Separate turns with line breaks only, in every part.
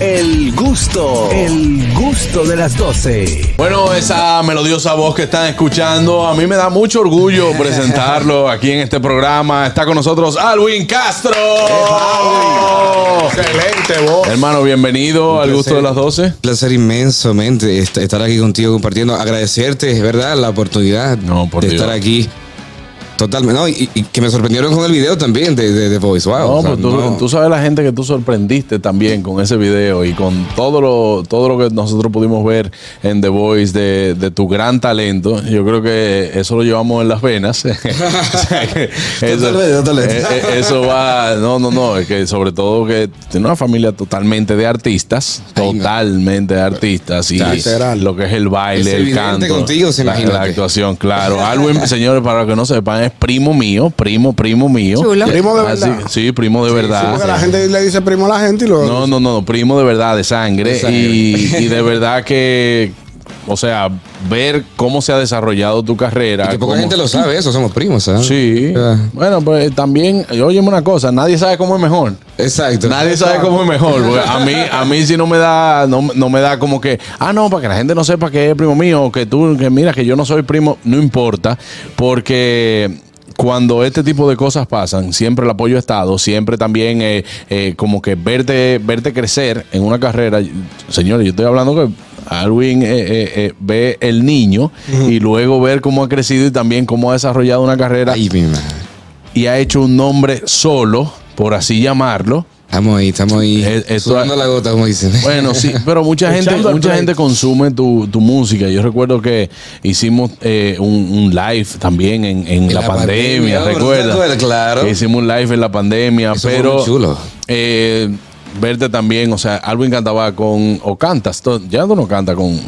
El gusto, el gusto de las 12.
Bueno, esa melodiosa voz que están escuchando, a mí me da mucho orgullo presentarlo aquí en este programa. Está con nosotros Alwin Castro.
Excelente voz.
Hermano, bienvenido al gusto de las 12.
Un placer inmensamente est- estar aquí contigo compartiendo. Agradecerte, es verdad, la oportunidad
No, por
de
Dios.
estar aquí. Totalmente. No, y, y que me sorprendieron con el video también de, de, de Voice. Wow.
No,
o sea,
pues tú,
no.
tú sabes la gente que tú sorprendiste también con ese video y con todo lo, todo lo que nosotros pudimos ver en The Voice de, de tu gran talento. Yo creo que eso lo llevamos en las venas. O sea que eso,
Totalmente, totalmente.
eh, eh, eso va, no, no, no, es que sobre todo que tiene una familia totalmente de artistas, totalmente de artistas y
Literal.
lo que es el baile,
Es
el
evidente
canto,
contigo, sí,
la, la
imagínate.
actuación, claro. Alwin, señores, para los que no sepan, es primo mío, primo, primo mío. Eh,
Chulo.
Primo de
Así-
verdad.
sí, primo de
Sí,
verdad.
porque la gente le dice primo a la gente y lo.
No, no, no, primo de verdad, de sangre.
De sangre.
Y, y de verdad que, o sea, ver cómo se ha desarrollado tu carrera.
Y que poca
cómo-
gente lo sabe eso, somos primos, ¿sabes?
Sí.
Ah,
Bueno, pues también, óyeme una cosa, nadie sabe cómo es mejor.
Exacto.
Nadie sabe cómo es mejor. porque a mí, a mí sí no me da, no, no me da como que, ah, no, para que la gente no sepa que es primo mío, o que tú, que mira, que yo no soy primo, no importa, porque cuando este tipo de cosas pasan, siempre el apoyo ha estado, siempre también eh, eh, como que verte, verte crecer en una carrera. Señores, yo estoy hablando que Alwin eh, eh, eh, ve el niño y luego ver cómo ha crecido y también cómo ha desarrollado una carrera
Ay, mi madre.
y ha hecho un nombre solo, por así llamarlo.
Estamos ahí, estamos ahí.
Eh, esto-
sudando la gota, como dicen.
Bueno, sí, pero mucha gente,
Echando al
mucha
play.
gente consume tu, tu música. Yo recuerdo que hicimos eh, un, un live también en, en la,
la
pandemia,
pandemia, ¿no? ¿Te
¿recuerdas?
acuerdas? Claro.
Que hicimos un live en la pandemia,
Eso fue
pero
muy chulo.
eh, verte también, o sea, Alvin cantaba con, o cantas, to- ya tú no cantas con, eh,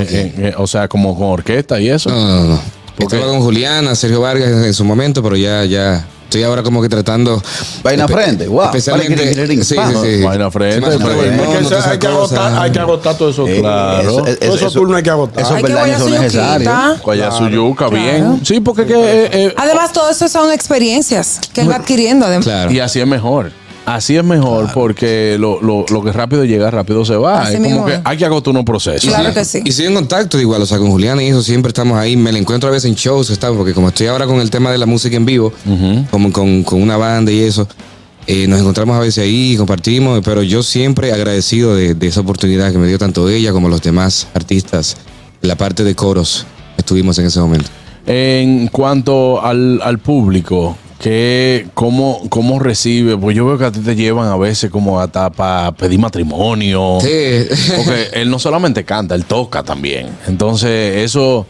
eh, eh, o sea, como con orquesta y eso.
No, no, no.
¿Por qué?
Estaba con Juliana, Sergio Vargas en, en su momento, pero ya, ya. Estoy ahora como que tratando.
Vaina
Espe-
frente, guau.
Especialmente.
Vale, quirin, quirin,
sí,
pa.
sí, sí.
Vaina frente,
Sí, más
pero-
hormona,
Hay que,
todas
hay,
esas
que agotar,
cosas.
hay que agotar todos esos
Eh,
turnos.
Claro.
eso-
Todos esos turnos hay que agotar.
Eso
Ay,
es
qué
verdad,
buena
eso es necesario.
yuquita.
Cuaya su yuca, bien. Sí, porque que, eh, eh,
Además, todo eso son experiencias que él va adquiriendo. además.
Claro.
Y así es mejor. Así es mejor porque lo, lo, lo que rápido llega, rápido se va.
Así
es como
mismo
que
es.
hay que agotar unos procesos.
Claro
sí,
que sí.
Y estoy en contacto igual, o sea, con Julián y eso siempre estamos ahí. Me la encuentro a veces en shows, estamos, porque como estoy ahora con el tema de la música en vivo, como con, con una banda y eso, eh, nos encontramos a veces ahí y compartimos, pero yo siempre agradecido de, de esa oportunidad que me dio tanto ella como los demás artistas. La parte de coros estuvimos en ese momento.
En cuanto al, al público, que cómo, ¿cómo recibe? Pues yo veo que a ti te llevan a veces como hasta para pedir
Oh.
matrimonio.
Sí.
Porque él no solamente canta, él toca también. Entonces, eso.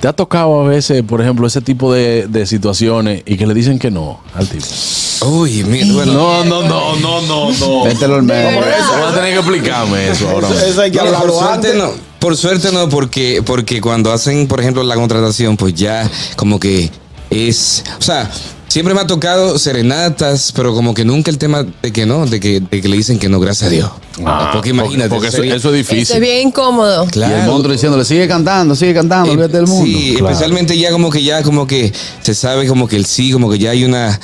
¿Te ha tocado a veces, por ejemplo, ese tipo de, de situaciones y que le dicen que no al tipo?
Uy, mira, bueno.
No, no, no, no, no, no.
Vete al
¿Cómo
Olmedo.
es eso? Vas a tener que explicarme eso ahora.
Eso, eso hay que
No, por
hablarlo
suerte
antes.
no. Por suerte no, porque, porque cuando hacen, por ejemplo, la contratación, pues ya como que es. O sea, siempre me ha tocado serenatas, pero como que nunca el tema de que no, de que, de que le dicen que no, gracias a Dios.
Ah,
porque imagínate.
Porque eso,
sería-
eso es
Eso es
difícil.
bien incómodo.
Y el
claro.
monstruo diciéndole, sigue cantando, sigue cantando,
Eh,
olvídate del mundo.
Sí, especialmente ya como que ya como que se sabe como que el sí, como que ya hay una.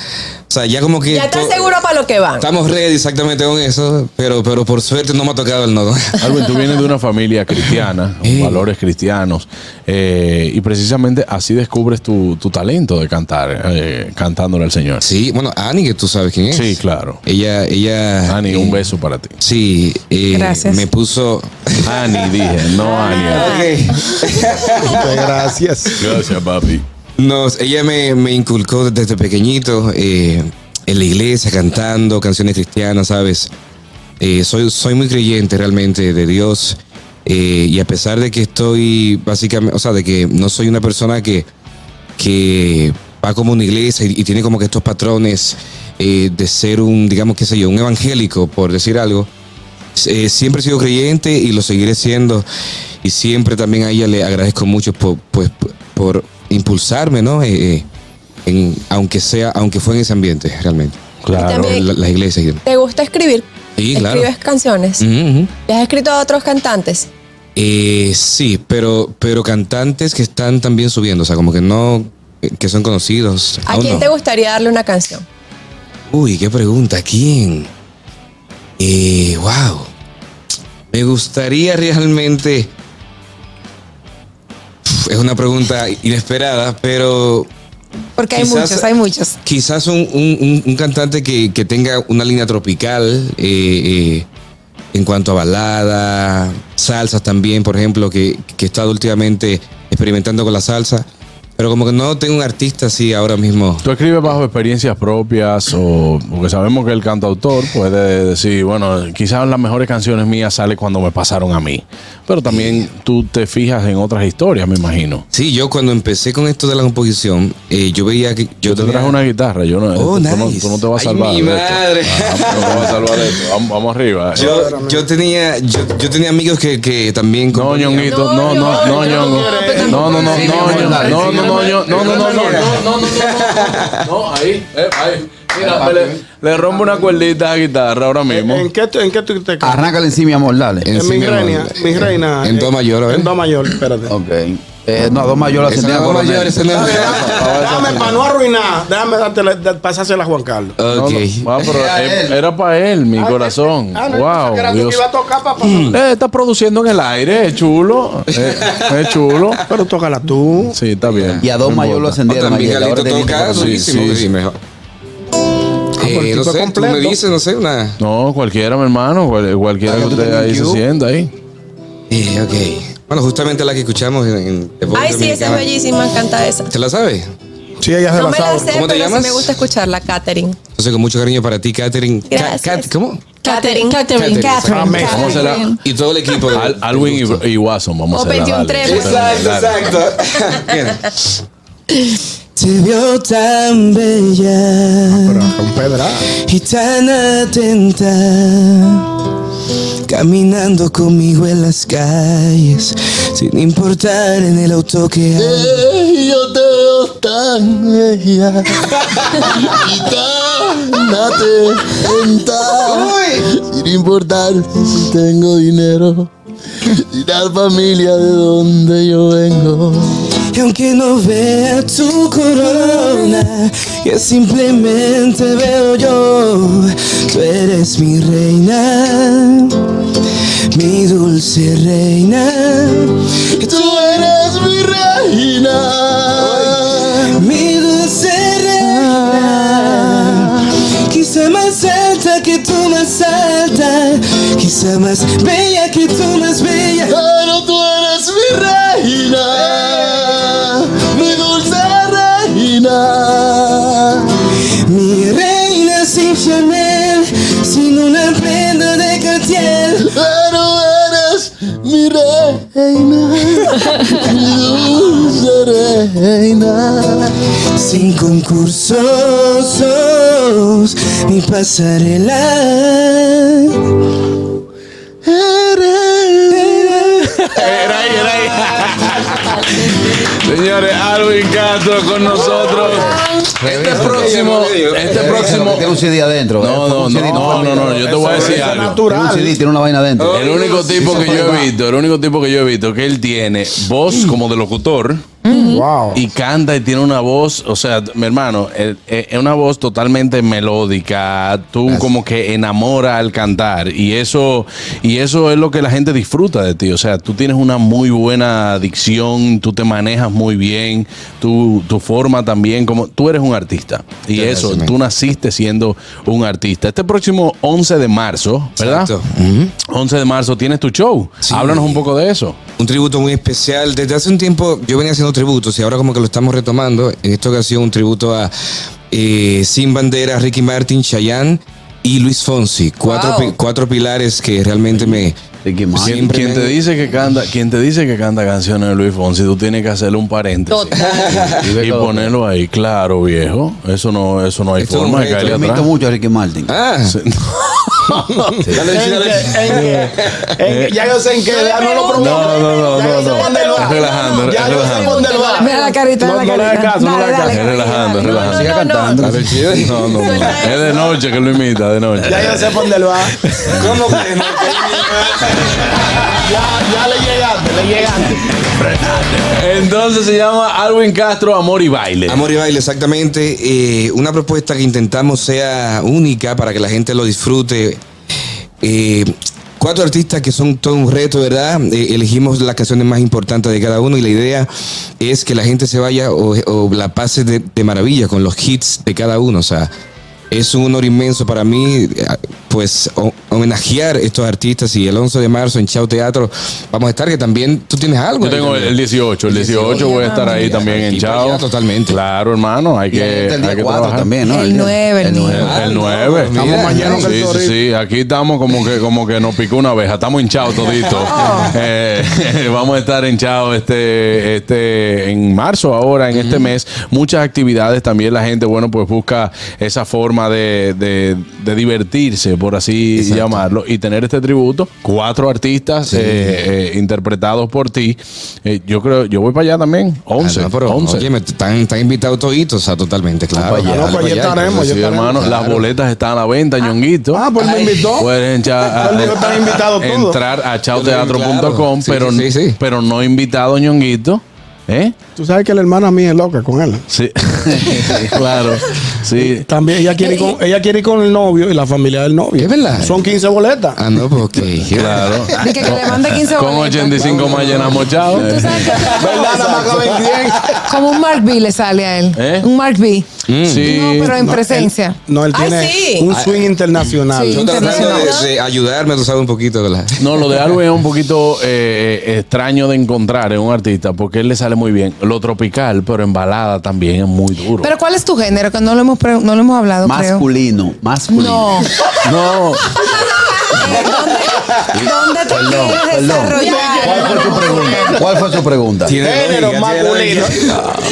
O sea, ya como que.
Ya estás
to-
seguro para lo que van.
Estamos ready exactamente con eso, pero, pero por suerte no me ha tocado el no.
Alvin, tú vienes de una familia cristiana, con
Eh.
valores cristianos, eh, y precisamente así descubres tu, tu talento de cantar, eh, cantándole al Señor.
Sí, bueno, Ani, que tú sabes quién es.
Sí, claro.
Ella, ella.
Ani,
eh,
un beso para ti.
Sí, eh,
Gracias.
me puso.
Ani, dije, no Ani.
Ah.
Muchas gracias.
Gracias, papi.
Nos, ella me, me inculcó desde pequeñito eh, en la iglesia, cantando canciones cristianas, ¿sabes? Eh, soy, soy muy creyente realmente de Dios. eh, y a pesar de que estoy básicamente, o sea, de que no soy una persona que, que va como una iglesia y, y tiene como que estos patrones eh, de ser un, digamos, qué sé yo, un evangélico, por decir algo. Eh, siempre he sido creyente y lo seguiré siendo. Y siempre también a ella le agradezco mucho por, pues, por impulsarme, ¿no? Eh, eh, en- aunque sea, aunque fue en ese ambiente, realmente.
Claro.
También-
La- las iglesias y demás.
¿Te gusta escribir?
Sí, claro. Mm.
¿Escribes canciones?
Ujú, ujú.
¿Le has escrito a otros cantantes?
Eh, sí, pero, pero cantantes que están también subiendo, o sea, como que no, que son conocidos.
¿A
aún
quién
no.
te gustaría darle una canción?
Uy, qué pregunta, ¿quién? Eh, wow. Me gustaría realmente. Uf, Es una pregunta inesperada, pero
Porque hay
Quizás-
muchos, hay muchos.
quizás un, un- un- un cantante que, que tenga una línea tropical eh, eh, en cuanto a balada, salsas también, por ejemplo, que, que he estado últimamente experimentando con la salsa. Pero como que no tengo un artista así ahora mismo.
¿Tú escribes bajo experiencias propias o porque sabemos que el cantautor puede decir, bueno, quizás las mejores canciones mías salen cuando me pasaron a mí, pero también tú te fijas en otras historias, me imagino.
Sí, yo cuando empecé con esto de la composición, eh, yo veía que...
Yo te
tenía-
traje una guitarra, yo no,
Oh,
tú, no
nice.
tú no te vas a
Ay,
salvar.
mi
de esto.
madre.
Ah, no te vas a salvar de esto. Vamos, vamos arriba.
Yo, yo tenía, yo, yo tenía amigos que, que también...
No,
componían.
ñonguito, no, no, no, ñongo. No, no, no, no, ñongo. no, no, no, ño- no, no, no, no, no, no, no, no, no, no, ahí, eh, ahí. Mira, le, le rompo una cuerdita a guitarra ahora mismo.
¿En qué, tú- ¿En qué tú te casas?
Arráncale encima, mi amor, dale.
En
Ah, En
sí,
mi
mi amor.
reina. Mi reina.
En
eh,
do mayor, a ver.
En do mayor, espérate.
Ok. Eh, no, a dos mayores
Esa
ascendía
no
a
es
coronel.
mayor, esa no es-
Déjame, para no arruinar, déjame darte la- da- pasársela a Juan Carlos.
No,
Ok.
no, ah, pero
Era
eh,
él.
era para él, mi corazón.
Ah, no,
wow,
era tú que
Dios.
iba a tocar, papá.
Eh, está produciendo en el aire, es chulo, eh, es chulo.
Pero tócala tú.
Sí, está bien.
Y a dos mayores lo
O
ascendieron.
también
ayer, la
Galito
orden de
toca
Nicolás.
durísimo.
sí,
Sí,
sí.
mejor. Eh,
pero el
no
tipo
sé,
es
tú me
completo.
dices, no sé, una...
No, cualquiera, mi hermano, cual- cualquiera que
Ah, tú
usted
también
ahí se
Q.
sienta ahí.
Eh, ok. Bueno, justamente la que escuchamos en... en
Ay, sí, esa es bellísima, canta esa.
¿Te la sabes?
Sí, ella se
No
la
me la sé,
sabe.
¿Cómo
pero
te
sí
llamas?
me gusta escucharla, Catherine.
Entonces, con mucho cariño para ti, Catherine. Ca-
Gracias.
Cat- ¿Cómo?
Catherine.
Catherine.
Amén.
¿Cómo será?
Y todo el equipo. de-
Al- Alwin y, y Watson, vamos
O
a hacer.
21
dale.
trenes.
pues.
Dale.
exacto. Bien.
Te veo tan bella
Pero con pedra.
y tan atenta, caminando conmigo en las calles, sin importar en el auto
Eh,
que hay.
Yo te veo tan bella y tan atenta, sin importar si tengo dinero, si la familia de donde yo vengo.
Y aunque no vea tu corona, que simplemente veo yo, tú eres mi reina, mi dulce reina.
Tú eres mi reina.
Mi dulce reina, quizá más alta que tú más alta, quizá más bella que tú más bella.
Pero tú eres mi reina, mi dulce reina.
Mi reina sin Chanel, sin una prenda de cartier.
Pero eres mi reina, mi dulce reina.
Sin concursos, ni pasarela.
Era ahí, era ahí. Señores, Alvin Castro con nosotros. Este próximo, este
Revisa lo que
próximo.
Tiene un CD adentro.
No,
eh,
no,
un CD
no, no,
fue-
no, no, yo te voy a decir
Tiene
algo.
un CD, tiene una vaina adentro.
El único tipo que yo he visto, el único tipo que yo he visto que él tiene voz como de locutor
Wow.
y canta y tiene una voz, o sea, mi hermano, es es una voz totalmente melódica, tú como que enamora al cantar y eso y eso es lo que la gente disfruta de ti, o sea, tú tienes una muy buena dicción, tú te manejas muy bien, tú tu forma también como tú eres un artista y
Gracias,
eso,
man.
tú naciste siendo un artista. Este próximo 11 de marzo, ¿verdad?
Exacto. Ujú.
11 de marzo tienes tu show.
Sí.
Háblanos un poco de eso.
Un tributo muy especial. Desde hace un tiempo yo venía haciendo tributos y ahora como que lo estamos retomando. En esta ocasión un tributo a eh, Sin Bandera, Ricky Martin, Chayanne y Luis Fonsi. Cuatro,
Wow.
pi- cuatro pilares que realmente me...
Ricky Martin.
Quien,
siempre
quien
me-
te dice que canta, quien te dice que canta canciones de Luis Fonsi, tú tienes que hacerle un paréntesis
Total.
y ponerlo ahí, claro, viejo. Eso no, eso no hay
Esto es un
forma de
reto.
caerle
Yo
atrás.
imito mucho a Ricky Martin.
Ah, Dale, dale.
Eh, Ya yo sé en qué edad no lo
No, no,
prometo.
no,
Ya
no,
yo sé
no.
dónde lo
Es
hago.
relajando, es
Ya yo sé
relajando.
dónde lo hago.
Mira la carita,
No,
mira
no le
la
hagas
carita.
caso, no le
Dale,
hagas
dale,
Es
dale,
relajando, es
dale.
relajando.
Siga
no, no.
cantando.
A ver, sí.
No, no, no. Es de noche que lo imita, de noche.
Ya yo sé por dónde lo hago. ¿Cómo que no? Ya, ya le llegaste, le llegaste.
Entonces se llama Alwin Castro, Amor y Baile.
Amor y baile, exactamente. Eh, una propuesta que intentamos sea única para que la gente lo disfrute. Eh, Cuatro artistas que son todo un reto, ¿verdad? Eh, elegimos las canciones más importantes de cada uno y la idea es que la gente se vaya o, o la pase de, de maravilla con los hits de cada uno. O sea, es un honor inmenso para mí, eh, pues, ho- homenajear estos artistas. Y el 11 de marzo en Chao Teatro vamos a estar, que también tú tienes
Yo
algo. ahí
tengo
también.
el 18, el 18 voy a estar ahí
Ya,
también en
aquí para
Chao.
allá, totalmente.
Claro, hermano, hay
Y
que,
ahí está el
hay
día
que
4
trabajar.
también, ¿no?
El 9, el 9.
El,
Ah,
9.
no, mira,
mañana con el
sí, sí,
Torito.
sí, aquí estamos como que como que nos picó una abeja, estamos hinchados toditos.
Ah.
Eh, vamos a estar hinchados este este en marzo ahora en este mes muchas actividades también la gente bueno pues busca esa forma de, de- de divertirse por así llamarlo y tener este tributo cuatro artistas eh, eh, interpretados por ti Eh, yo creo yo voy para allá también
Ah,
11
no, pero,
11
óyeme, están, están invitados toditos, o sea, totalmente, claro.
para allá,
Claro,
no, para allá
para allá,
estaremos,
entonces,
ya
pues, Sí,
sí,
hermano, las boletas están a la venta, ñonguito.
Ah, pues me invitó.
Pueden encha-
Él dijo, "Están invitados todos".
entrar a chauteatro.com,
Claro, sí,
pero,
sí, sí.
pero no invitado, ñonguito. ¿Eh?
Tú sabes que la hermana mía es loca con él.
Sí. claro. Sí.
También ella quiere, ir con, ella quiere ir con el novio y la familia del novio.
Es verdad.
Son 15 boletas.
Ah, no, pues ok.
Claro.
Dije que le mande 15
Con
boletas.
85 más llenamos chao.
Tú sabes que-
¿Verdad? Nada más caben 10.
Como un Mark B le sale a él.
¿Eh?
Un Mark B.
Sí.
No, pero en presencia.
No, él
Ay,
tiene
sí. Ah,
un swing internacional.
Sí.
Yo tratando de, de ayudarme, tú sabes, un poquito. ¿verdad?
No, lo de Alves es un poquito eh, eh, extraño de encontrar en un artista porque él le sale muy bien. Lo tropical, pero en balada también es muy duro.
Pero ¿cuál es tu género? Que no lo hemos, pre- no lo hemos hablado, creo.
Masculino, masculino.
No.
no,
¿Dónde te
Perdón,
quieres
perdón. ¿Cuál
desarrollar?
fue tu pregunta? ¿Cuál fue su pregunta?
Género
lógica, tiene
masculino.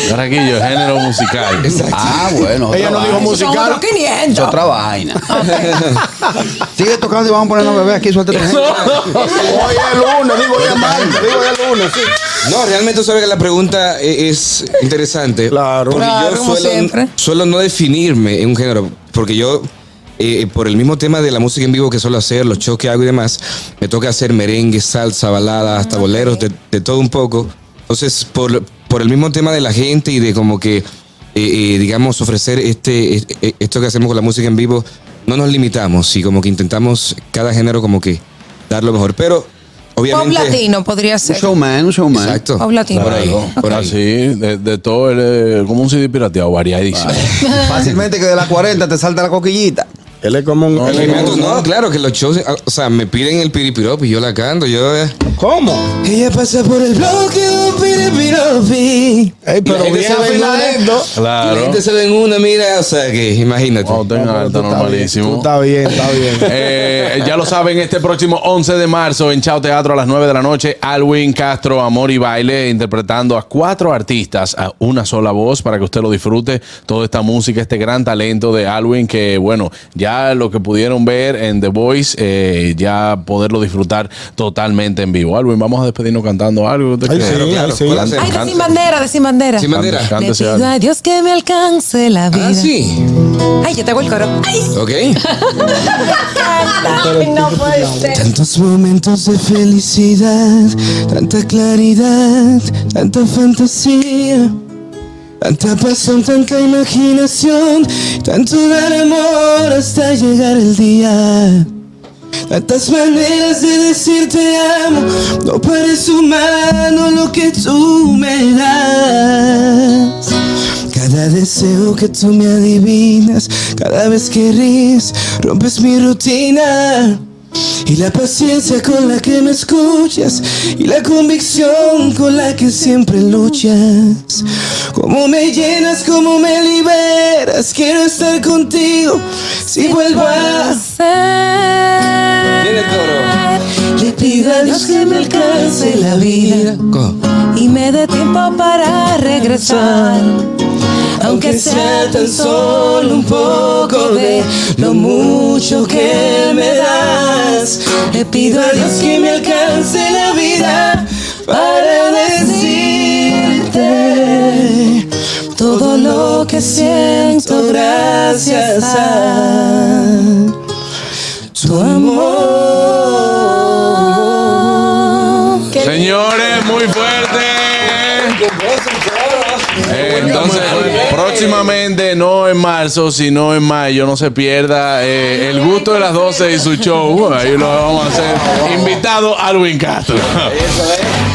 Caraquillo, género musical.
Ah, bueno.
Ella no
otra
dijo
Son
vaina.
otros
musical.
500.
Es otra vaina. Sigue tocando y vamos a ponernos bebé aquí, suéltate.
Hoy es lunes, digo hoy es martes, digo hoy es lunes. sí.
No, realmente tú sabes que la pregunta e- es interesante.
Claro.
Porque
Claro,
yo
como
suelo,
siempre.
suelo no definirme en un género. Porque yo, eh, por el mismo tema de la música en vivo que suelo hacer, los shows que hago y demás, me toca hacer merengue, salsa, baladas, hasta boleros, de, de todo un poco. Entonces, por, por el mismo tema de la gente y de como que, eh, eh, digamos, ofrecer este, eh, eh, esto que hacemos con la música en vivo, no nos limitamos y como que intentamos cada género como que dar lo mejor. Pero,
Pop
obviamente...
latino podría
Un
ser.
showman, un showman.
Exacto.
Pop latino.
Por ahí, por ahí.
Así, de, de todo, él es como un CD pirateado, variadísimo.
Fácilmente que de las 40 te salta la coquillita.
Él es como un.
No,
él es como
Alimento,
un-
no, claro que los shows, ah, o sea, me piden el piripiropi y yo la canto, yo eh,
¿Cómo?
Ella pasa por el bloque de un piripiropi.
Ey,
La
pero
gente
bien
se baila
afinadito.
La
Claro.
gente se ve en una, mira, o sea que imagínate.
Oh,
Cuando tenga
No,
alta,
pero tú estás bien, Tú
normalísimo.
estás bien, está bien.
Eh, ya lo saben, este próximo 11 de marzo en Chao Teatro a las 9 de la noche, Alwin Castro, Amor y Baile, interpretando a cuatro artistas a una sola voz para que usted lo disfrute. Toda esta música, este gran talento de Alwin, que bueno, ya lo que pudieron ver en The Voice, eh, ya poderlo disfrutar totalmente en vivo. Alwin, vamos a despedirnos cantando algo. ¿Usted
Ay,
qué?
sí, ay, sí.
¿cuál hace? Ah,
Ay, de sin bandera, de sin bandera.
Sin bandera.
Cante,
Le
cántese
pido
algo.
a Dios que me alcance la vida.
Ah, sí.
Ay, yo te hago el coro. Ay,
Ok.
Ay, no puede ser.
Tantos momentos de felicidad, tanta claridad, tanta fantasía, tanta pasión, tanta imaginación, tanto dar amor hasta llegar el día. Tantas maneras de decir te amo, no parece humano lo que tú me das. Cada deseo que tú me adivinas, cada vez que ríes, rompes mi rutina. Y la paciencia con la que me escuchas y la convicción con la que siempre luchas. Cómo me llenas, cómo me liberas, quiero estar contigo si vuelvo a
ser.
Viene el coro.
Le pido a Dios que me alcance la vida,
Y me dé tiempo para regresar.
aunque sea tan solo un poco de lo mucho que me das. Le pido a Dios que me alcance la vida para decirte todo lo que siento gracias a tu amor.
Señores, muy fuerte. Eh, entonces, próximo próximamente, no en marzo, sino en mayo, no se pierda eh, el gusto de las 12 y su show. Uh, Ahí lo vamos a hacer. Invitado Alwin Castro.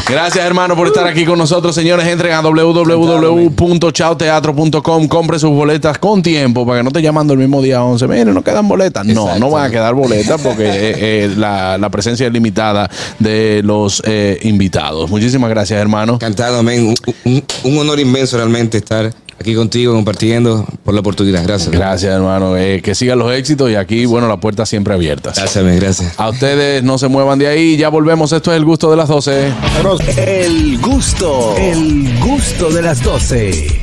Gracias, hermano, por estar aquí con nosotros. Señores, entren a www.chauteatro.com. Compre sus boletas con tiempo para que no te llamando el mismo día 11. Mire, no quedan boletas. No, no van a quedar boletas porque eh, eh, la, la presencia es limitada de los eh, invitados. Muchísimas gracias, hermano.
Encantado, men. Un, un- un honor inmenso realmente estar aquí contigo, compartiendo por la oportunidad. Gracias.
Gracias, hermano. Eh, que sigan los éxitos y aquí, bueno, la puerta siempre abierta.
Gracias, men. Gracias.
A ustedes no se muevan de ahí. Ya volvemos. Esto es el gusto de las 12.
El gusto, el gusto de las 12.